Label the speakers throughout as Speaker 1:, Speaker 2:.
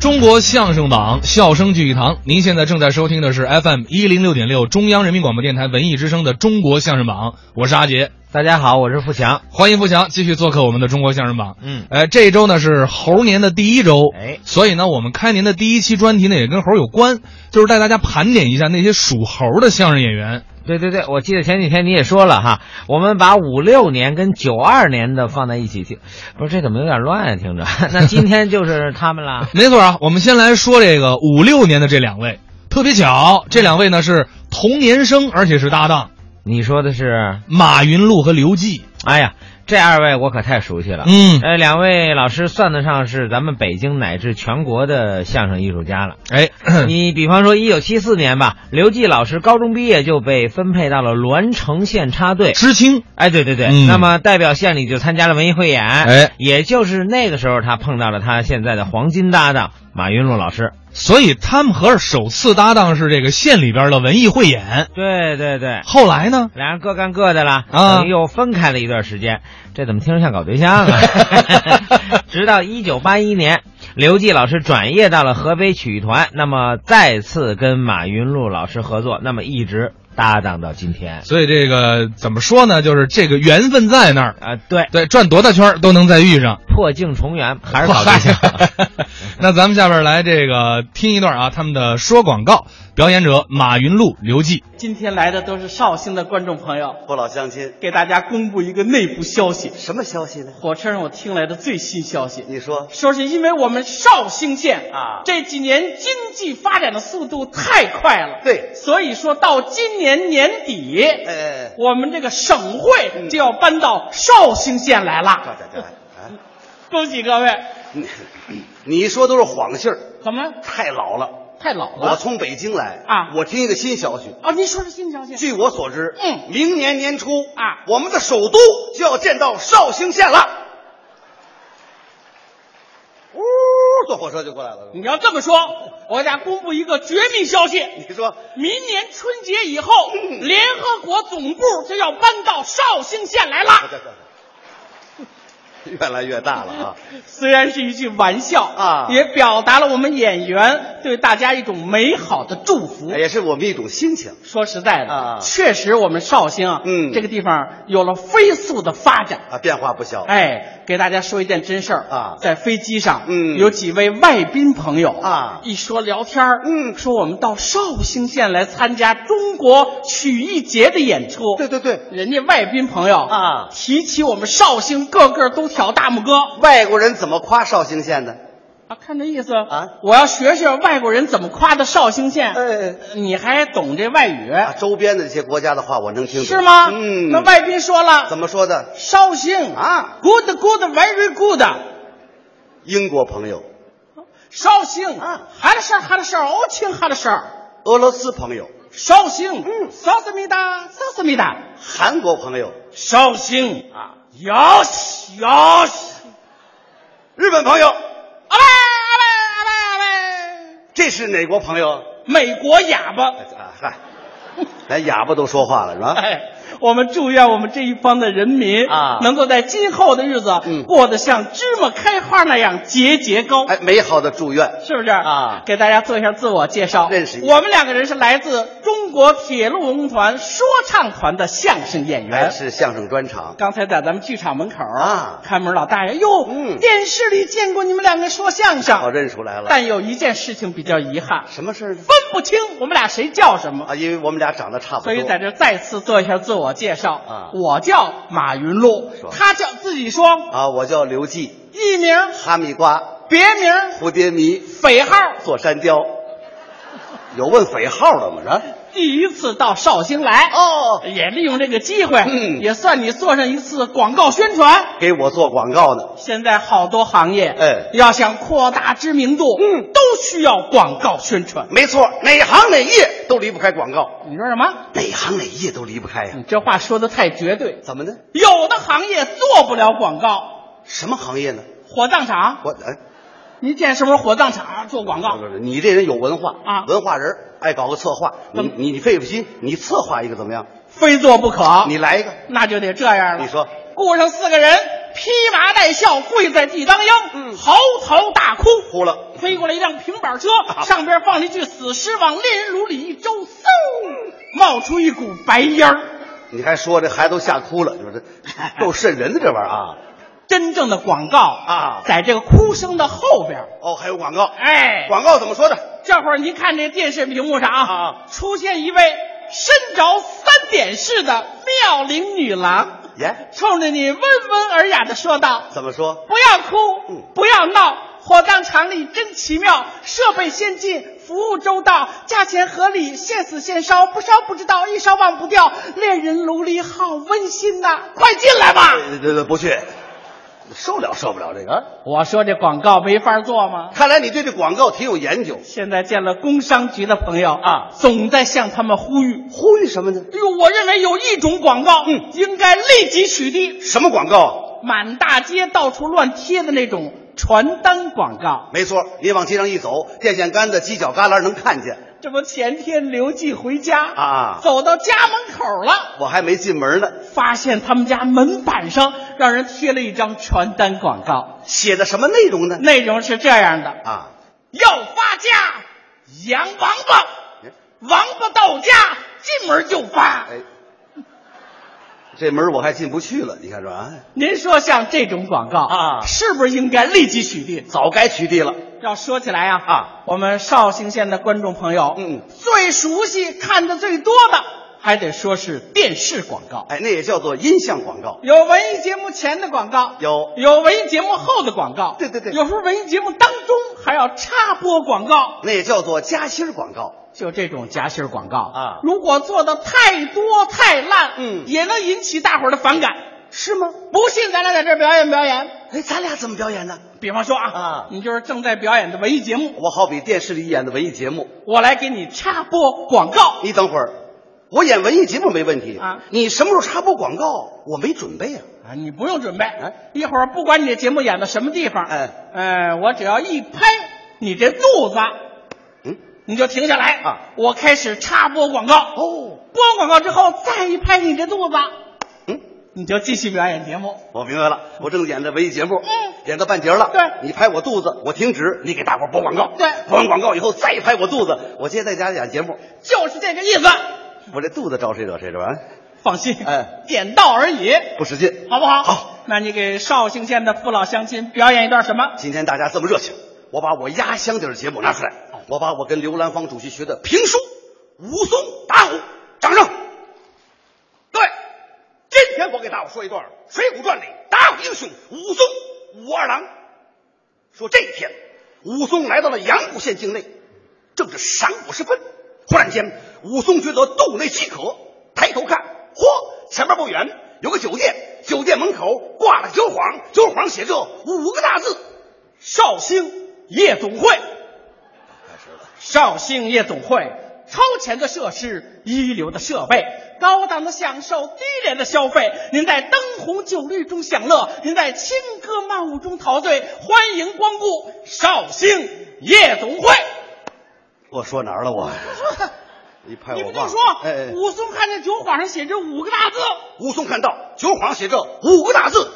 Speaker 1: 中国相声榜，笑声聚一堂。您现在正在收听的是 FM 一零六点六中央人民广播电台文艺之声的《中国相声榜》，我是阿杰，
Speaker 2: 大家好，我是富强。
Speaker 1: 欢迎富强继续做客我们的《中国相声榜》。
Speaker 2: 嗯，
Speaker 1: 呃，这一周呢是猴年的第一周，
Speaker 2: 哎
Speaker 1: 所以呢，我们开年的第一期专题呢也跟猴有关，就是带大家盘点一下那些属猴的相声演员。。
Speaker 2: 对对对，我记得前几天你也说了哈，我们把五六年跟九二年的放在一起听，不是这怎么有点乱啊？听着， 那今天就是他们啦
Speaker 1: 没错啊，我们先来说这个五六年的这两位，特别巧，这两位呢是同年生，而且是搭档，
Speaker 2: 你说的是？
Speaker 1: 马云禄和刘季。
Speaker 2: 哎呀，这二位我可太熟悉了。
Speaker 1: 嗯，
Speaker 2: 呃，两位老师算得上是咱们北京乃至全国的相声艺术家了。
Speaker 1: 哎，
Speaker 2: 你比方说，一九七四年吧，刘季老师高中毕业就被分配到了栾城县插队，
Speaker 1: 知青。
Speaker 2: 哎，对对对，
Speaker 1: 嗯
Speaker 2: 那么代表县里就参加了文艺汇演，
Speaker 1: 哎
Speaker 2: 也就是那个时候，他碰到了他现在的黄金搭档马云禄老师。
Speaker 1: 所以他们合着首次搭档是这个县里边的文艺汇演。
Speaker 2: 对对对，
Speaker 1: 后来呢？
Speaker 2: 俩人各干各的了，
Speaker 1: 啊
Speaker 2: 等于又分开了一段时间，这怎么听着像搞对象 啊？直到一九八一年，刘季老师转业到了河北曲艺团，那么再次跟马云禄老师合作，那么一直搭档到今天。
Speaker 1: 所以这个怎么说呢？就是这个缘分在那儿，
Speaker 2: 啊、对，
Speaker 1: 对，转多大圈儿都能再遇上。
Speaker 2: 破镜重圆，还是搞对象。
Speaker 1: 那咱们下边来这个听一段啊，他们的说广告，表演者马云禄、刘季。
Speaker 3: 今天来的都是绍兴的观众朋友，
Speaker 4: 父老乡亲，
Speaker 3: 给大家公布一个内部消息，
Speaker 4: 什么消息呢？
Speaker 3: 火车上我听来的最新消息，
Speaker 4: 你说
Speaker 3: 说是因为我们绍兴县
Speaker 4: 啊
Speaker 3: 这几年经济发展的速度太快了，
Speaker 4: 对
Speaker 3: 所以说到今年年底，
Speaker 4: 哎嗯
Speaker 3: 我们这个省会就要搬到绍兴县来
Speaker 4: 大
Speaker 3: 了，
Speaker 4: 家家啊，
Speaker 3: 恭喜各位！
Speaker 4: 你你说都是谎信儿，
Speaker 3: 怎么了？
Speaker 4: 太老了。
Speaker 3: 太老了？
Speaker 4: 我从北京来
Speaker 3: 啊
Speaker 4: 我听一个新消息。
Speaker 3: 啊，您说说新消息？
Speaker 4: 据我所知，
Speaker 3: 嗯
Speaker 4: 明年年初
Speaker 3: 啊
Speaker 4: 我们的首都就要建到绍兴县了。呜，坐火车就过来了。
Speaker 3: 你要这么说，我给大家公布一个绝密消息。
Speaker 4: 你说
Speaker 3: 明年春节以后，
Speaker 4: 嗯
Speaker 3: 联合国总部就要搬到绍兴县来了。
Speaker 4: 越来越大了啊！
Speaker 3: 虽然是一句玩笑
Speaker 4: 啊
Speaker 3: 也表达了我们演员对大家一种美好的祝福。
Speaker 4: 也哎是我们一种心情。
Speaker 3: 说实在的，
Speaker 4: 啊
Speaker 3: 确实我们绍兴啊，
Speaker 4: 嗯
Speaker 3: 这个地方有了飞速的发展。
Speaker 4: 啊，变化不小。
Speaker 3: 哎，给大家说一件真事儿
Speaker 4: 啊
Speaker 3: 在飞机上，
Speaker 4: 嗯
Speaker 3: 有几位外宾朋友
Speaker 4: 啊
Speaker 3: 一说聊天儿
Speaker 4: 嗯
Speaker 3: 说我们到绍兴县来参加中国曲艺节的演出，
Speaker 4: 对对对，
Speaker 3: 人家外宾朋友
Speaker 4: 啊
Speaker 3: 提起我们绍兴，个个都挑大拇哥
Speaker 4: 外国人怎么夸绍兴县的？
Speaker 3: 啊！看这意思
Speaker 4: 啊
Speaker 3: 我要学学外国人怎么夸的绍兴县。
Speaker 4: 哎
Speaker 3: 你还懂这外语、
Speaker 4: 啊，周边的这些国家的话，我能听懂。
Speaker 3: 是吗？
Speaker 4: 嗯，
Speaker 3: 那外宾说了，
Speaker 4: 怎么说的？
Speaker 3: 绍兴
Speaker 4: 啊
Speaker 3: ？Good, good, very good。
Speaker 4: 英国朋友、
Speaker 3: 绍兴
Speaker 4: 啊，
Speaker 3: 哈的事儿，哈的事儿，欧青哈的事儿。
Speaker 4: 俄罗斯朋友、
Speaker 3: 绍兴，嗯，扫思密达，扫思密达。
Speaker 4: 韩国朋友、
Speaker 3: 绍兴啊，要西要西。
Speaker 4: 日本朋友，
Speaker 3: 阿嘞阿嘞阿嘞阿嘞。
Speaker 4: 这是哪国朋友？
Speaker 3: 美国哑巴。
Speaker 4: 啊，嗨，连哑巴都说话了是吧？
Speaker 3: 哎，我们祝愿我们这一方的人民
Speaker 4: 啊
Speaker 3: 能够在今后的日子
Speaker 4: 嗯
Speaker 3: 过得像芝麻开花那样节节高。
Speaker 4: 哎，美好的祝愿。
Speaker 3: 是不是
Speaker 4: 啊
Speaker 3: 给大家做一下自我介绍，
Speaker 4: 认识一下
Speaker 3: 我们两个人是来自中国铁路文工团说唱团的相声演员。
Speaker 4: 哎，是相声专场。
Speaker 3: 刚才在咱们剧场门口
Speaker 4: 啊
Speaker 3: 看门老大爷哟，
Speaker 4: 嗯
Speaker 3: 电视里见过你们两个说相
Speaker 4: 我
Speaker 3: 声，
Speaker 4: 认出来了。
Speaker 3: 但有一件事情比较遗憾，
Speaker 4: 什么事儿呢？
Speaker 3: 分不清我们俩谁叫什么。
Speaker 4: 啊，因为我们俩长得差不多。
Speaker 3: 所以在这儿再次做一下自我介绍
Speaker 4: 啊
Speaker 3: 我叫马云禄
Speaker 4: 说，
Speaker 3: 他叫自己说
Speaker 4: 啊，我叫刘季，
Speaker 3: 艺名、
Speaker 4: 哈密瓜、
Speaker 3: 别名、
Speaker 4: 蝴蝶迷、
Speaker 3: 匪号。
Speaker 4: 座山雕。有问匪号的吗？啊？
Speaker 3: 第一次到绍兴来，
Speaker 4: 哦，
Speaker 3: 也利用这个机会，
Speaker 4: 嗯
Speaker 3: 也算你做上一次广告宣传。
Speaker 4: 给我做广告呢。
Speaker 3: 现在好多行业，
Speaker 4: 哎
Speaker 3: 要想扩大知名度，
Speaker 4: 嗯
Speaker 3: 都需要广告宣传。
Speaker 4: 没错，哪行哪业都离不开广告，
Speaker 3: 你说什么？
Speaker 4: 哪行哪业都离不开呀、
Speaker 3: 你这话说的太绝对。
Speaker 4: 怎么呢？
Speaker 3: 有的行业做不了广告，
Speaker 4: 什么行业呢？
Speaker 3: 火葬场，
Speaker 4: 我哎，
Speaker 3: 您见什么火葬场做广告
Speaker 4: 不？是你这人有文化
Speaker 3: 啊
Speaker 4: 文化人爱搞个策划，你
Speaker 3: 嗯
Speaker 4: 你你费费心，你策划一个怎么样？啊
Speaker 3: 非做不可。
Speaker 4: 你来一个，
Speaker 3: 那就得这样了。
Speaker 4: 你说
Speaker 3: 雇上四个人，披麻戴孝，跪在地当央，
Speaker 4: 嗯
Speaker 3: 嚎啕大哭。
Speaker 4: 哭了，
Speaker 3: 飞过来一辆平板车，上边放了一具死尸，往猎人炉里一周，嗖，冒出一股白烟儿。
Speaker 4: 你还说这孩子都吓哭了，你说这 够瘆人的这玩意儿啊！
Speaker 3: 真正的广告
Speaker 4: 啊
Speaker 3: 在这个哭声的后边儿，
Speaker 4: 哦，还有广告，
Speaker 3: 哎，
Speaker 4: 广告怎么说的？
Speaker 3: 这会儿您看这电视屏幕上啊
Speaker 4: 啊，
Speaker 3: 出现一位身着三点式的妙龄女郎，
Speaker 4: 耶，
Speaker 3: 冲着你温文尔雅的说道
Speaker 4: 怎么：“说？
Speaker 3: 不要哭
Speaker 4: 嗯，
Speaker 3: 不要闹，火葬场里真奇妙，设备先进，服务周到，价钱合理，现死现烧，不烧不知道，一烧忘不掉。猎人炉里好温馨呐、快进来吧！”
Speaker 4: 对对呃对，不去，受不了受不了这个。啊
Speaker 3: 我说这广告没法做吗？
Speaker 4: 看来你对这广告挺有研究。
Speaker 3: 现在见了工商局的朋友
Speaker 4: 啊
Speaker 3: 总在向他们呼吁。
Speaker 4: 呼吁什么呢？
Speaker 3: 哎呦，我认为有一种广告，嗯，应该立即取缔，
Speaker 4: 什么广告？
Speaker 3: 满大街到处乱贴的那种传单广告。
Speaker 4: 没错，你往街上一走，电线杆子、犄角旮旯能看见。
Speaker 3: 这不前天刘季回家
Speaker 4: 啊
Speaker 3: 走到家门口了，
Speaker 4: 我还没进门呢，
Speaker 3: 发现他们家门板上让人贴了一张传单广告，
Speaker 4: 写的什么内容呢？
Speaker 3: 内容是这样的：
Speaker 4: 啊，
Speaker 3: 要发家养王八，王八到家进门就发。
Speaker 4: 哎，这门我还进不去了，你看这啊，
Speaker 3: 您说像这种广告
Speaker 4: 啊
Speaker 3: 是不是应该立即取缔？
Speaker 4: 早该取缔了。
Speaker 3: 要说起来啊，
Speaker 4: 啊，
Speaker 3: 我们绍兴县的观众朋友，
Speaker 4: 嗯
Speaker 3: 最熟悉、看的最多的，还得说是电视广告。
Speaker 4: 哎，那也叫做音像广告。
Speaker 3: 有文艺节目前的广告，
Speaker 4: 有
Speaker 3: 有文艺节目后的广告，
Speaker 4: 对对对
Speaker 3: 有时候文艺节目当中还要插播广告，
Speaker 4: 那也叫做夹心儿广告。
Speaker 3: 就这种夹心儿广告
Speaker 4: 啊
Speaker 3: 如果做的太多太烂，
Speaker 4: 嗯
Speaker 3: 也能引起大伙儿的反感。
Speaker 4: 是吗？
Speaker 3: 不信，咱俩在这儿表演表演。
Speaker 4: 哎，咱俩怎么表演呢？
Speaker 3: 比方说啊，
Speaker 4: 啊
Speaker 3: 你就是正在表演的文艺节目，
Speaker 4: 我好比电视里演的文艺节目，
Speaker 3: 我来给你插播广告。
Speaker 4: 你等会儿，我演文艺节目没问题
Speaker 3: 啊
Speaker 4: 你什么时候插播广告？我没准备啊。
Speaker 3: 啊，你不用准备
Speaker 4: 哎，
Speaker 3: 一会儿不管你这节目演到什么地方，
Speaker 4: 哎
Speaker 3: 呃，我只要一拍你这肚子，
Speaker 4: 嗯，
Speaker 3: 你就停下来
Speaker 4: 啊，
Speaker 3: 我开始插播广告。
Speaker 4: 哦，
Speaker 3: 播完广告之后，再一拍你这肚子，
Speaker 4: 嗯，
Speaker 3: 你就继续表演节目。
Speaker 4: 我明白了，我正演的文艺节目，
Speaker 3: 嗯，
Speaker 4: 演到半截儿了，
Speaker 3: 对
Speaker 4: 你拍我肚子，我停止，你给大伙儿播广告，
Speaker 3: 对
Speaker 4: 播完广告以后再拍我肚子，我接着在家演节目，
Speaker 3: 就是这个意思。
Speaker 4: 我这肚子招谁惹谁了？啊
Speaker 3: 放心，
Speaker 4: 哎，
Speaker 3: 点到而已，
Speaker 4: 不使劲。
Speaker 3: 好不好？
Speaker 4: 好，
Speaker 3: 那你给绍兴县的父老乡亲表演一段什么？
Speaker 4: 今天大家这么热情，我把我压箱底儿的节目拿出来，我把我跟刘兰芳主席学的评书《武松打虎》，掌声。对，今天我给大伙说一段《水浒传》里打虎英雄武松武二郎。说这一天，武松来到了阳谷县境内，正是晌午时分，忽然间，武松觉得肚内饥渴，抬头看，嚯，前面不远有个酒店，酒店门口挂了酒幌，酒幌写着五个大字。
Speaker 3: 绍兴夜总会，绍兴夜总会，超前的设施，一流的设备，高档的享受，低廉的消费。您在灯红酒绿中享乐，您在轻歌曼舞中陶醉。欢迎光顾绍兴夜总会。
Speaker 4: 我说哪儿 了我？你拍
Speaker 3: 你
Speaker 4: 哎我
Speaker 3: 不就
Speaker 4: 忘了。哎
Speaker 3: 说、武松看见酒幌上写着五个 大字，
Speaker 4: 武松看到酒幌上写着五个大字：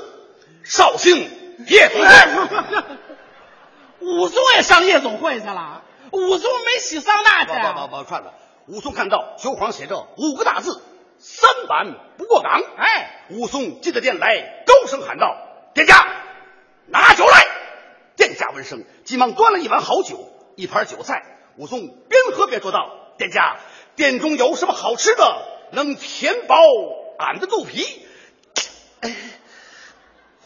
Speaker 4: 绍兴夜 总会。
Speaker 3: 武松也上夜总会去了。武松没洗桑拿去啊，
Speaker 4: 不不不，看了。武松看到酒幌上写着五个大字：三板不过岗。
Speaker 3: 哎，
Speaker 4: 武松进了店来，高声喊道：“店家，拿酒来！”店家闻声，急忙端了一碗好酒，一盘酒菜。武松边喝边说道：“店家，店中有什么好吃的，能填饱俺的肚皮？”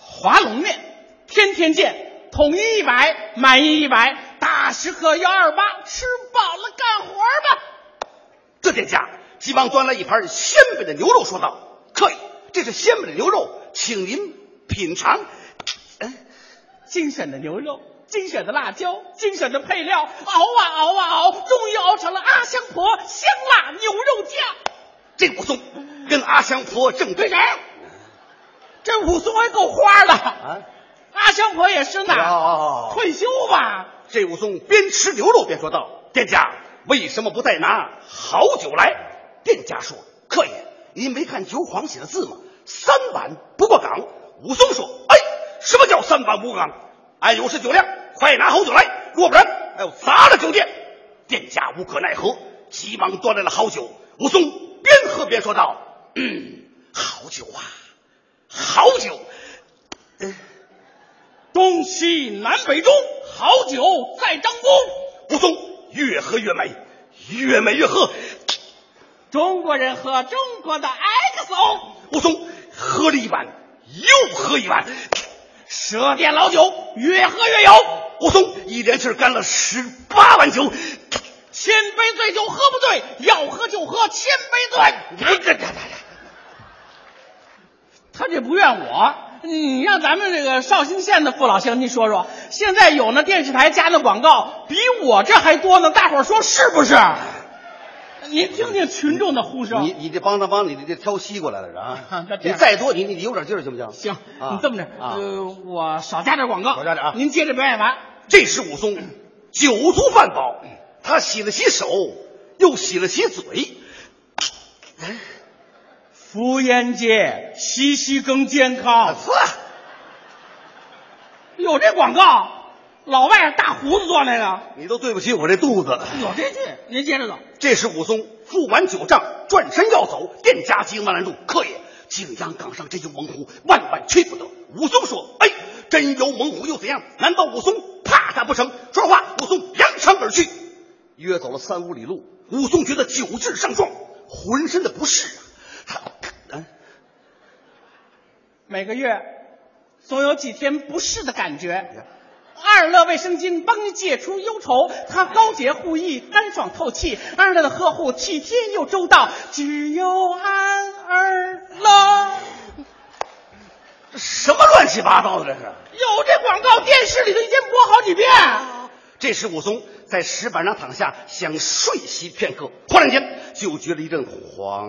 Speaker 3: 划龙面，天天见，统一一百，满意一百，大食客幺二八，吃饱了干活吧。
Speaker 4: 这店家急忙端来一盘鲜美的牛肉，说道：“客人，这是鲜美的牛肉，请您品尝。
Speaker 3: 精选的牛肉，精选的辣椒，精选的配料，熬啊熬啊熬，终于熬成了阿香婆香辣牛肉酱。”
Speaker 4: 这武松跟阿香婆正对
Speaker 3: 谁
Speaker 4: 上，？
Speaker 3: 这武松还够花的
Speaker 4: 啊！
Speaker 3: 阿香婆也是呢
Speaker 4: 哦哦哦，
Speaker 3: 退休吧。
Speaker 4: 这武松边吃牛肉边说道：“店家，为什么不再拿好酒来？”店家说：“客爷，您没看酒幌写的字吗？三碗不过岗。”武松说：“哎，什么叫三板五杠？哎，有是酒量，快拿好酒来，若不然，哎呦，砸了酒店。店家无可奈何，急忙端来了好酒。武松边喝边说道：“嗯，好酒啊，好酒，
Speaker 3: 东西南北中，好酒在张弓。
Speaker 4: 武松越喝越美，越美越喝。
Speaker 3: 中国人喝中国的 XO，
Speaker 4: 武松喝了一碗，又喝一碗，
Speaker 3: 蛇店老酒越喝越有。
Speaker 4: 武松一连气儿干了十八碗酒。
Speaker 3: 千杯醉酒喝不醉，要喝就喝千杯醉。他这不怨我，你让咱们这个绍兴县的父老乡亲说说，现在有那电视台加那广告，比我这还多呢，大伙儿说是不是？您听听群众的呼声。
Speaker 4: 你你这帮当帮，你这挑西瓜来了是啊
Speaker 3: 那？ 这
Speaker 4: 你
Speaker 3: 样
Speaker 4: 再多，你你你有点劲儿行不行？
Speaker 3: 行，
Speaker 4: 啊
Speaker 3: 你这么着，
Speaker 4: 啊
Speaker 3: 呃，我少加点广告，
Speaker 4: 少加点啊
Speaker 3: 您接着表演完，
Speaker 4: 这时武松酒足饭饱，他洗了洗手，又洗了洗嘴。
Speaker 3: 福烟界息息更健康
Speaker 4: 啊，呲
Speaker 3: 有这广告，老外大胡子做那个，
Speaker 4: 你都对不起我这肚子。
Speaker 3: 有这句，您接着走。
Speaker 4: 这时武松付完酒账，转身要走，店家急忙拦住：“客爷，景阳冈上真有猛虎，万万缺不得。”武松说：“哎，真有猛虎又怎样？难道武松怕他不成？”说着话，武松扬长而去。约走了三五里路，武松觉得酒劲上撞，浑身的不适啊。他，嗯
Speaker 3: 每个月总有几天不适的感觉。阿尔乐卫生巾帮你解除忧愁，它高洁护翼，干爽透气，阿尔乐的呵护体贴又周到，只有安尔乐。
Speaker 4: 这什么乱七八糟的这是？
Speaker 3: 有这广告，电视里头已经播好几遍。
Speaker 4: 这时武松在石板上躺下，想睡息片刻，忽然间就觉得一阵狂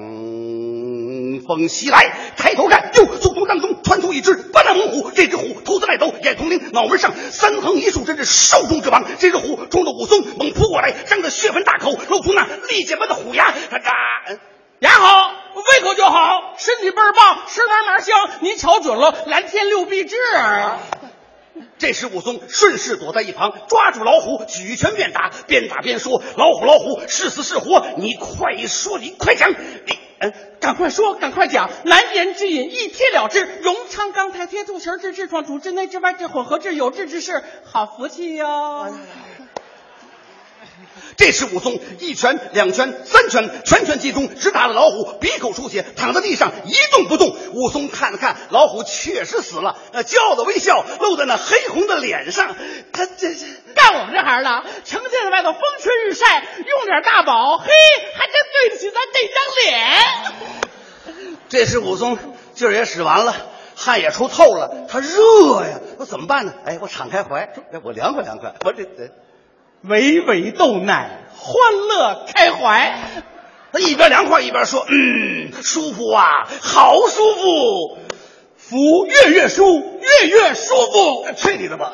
Speaker 4: 风袭来，抬头看，哟，从风当中窜出一只斑斓猛虎，这只虎头子带斗，眼铜铃，脑门上三横一竖，真是兽中之王。这只虎冲着武松猛扑过来，张着血盆大口，露出那利剑般的虎牙，他嘎。嗯
Speaker 3: 牙好，胃口就好，身体倍儿棒，吃哪儿哪儿香。您瞧准了，蓝天六必治。
Speaker 4: 这时，武松顺势躲在一旁，抓住老虎，举拳便打，边打边说：“老虎，老虎，是死是活，你快说，你快讲，你嗯，
Speaker 3: 赶快说，赶快讲，难言之隐一贴了之。荣昌钢材贴镀型制痔疮除治内治外治混合治有治之事，好福气哟、
Speaker 4: 这时武松一拳、两拳、三拳，拳拳击中，直打得老虎鼻口出血，躺在地上一动不动。武松看了看，老虎确实死了，呃，骄傲的微笑露在那黑红的脸上。他这是
Speaker 3: 干我们这行的，成天在外头风吹日晒，用点大宝，嘿，还真对得起咱这张脸。
Speaker 4: 这时武松劲儿也使完了，汗也出透了，他热呀，我怎么办呢？哎，我敞开怀，哎，我凉快凉快，我这呃这。
Speaker 3: 娓娓斗奶，欢乐开怀。
Speaker 4: 他一边凉快一边说：“嗯，舒服啊，好舒服，福越越舒，越越舒服。”去你的吧！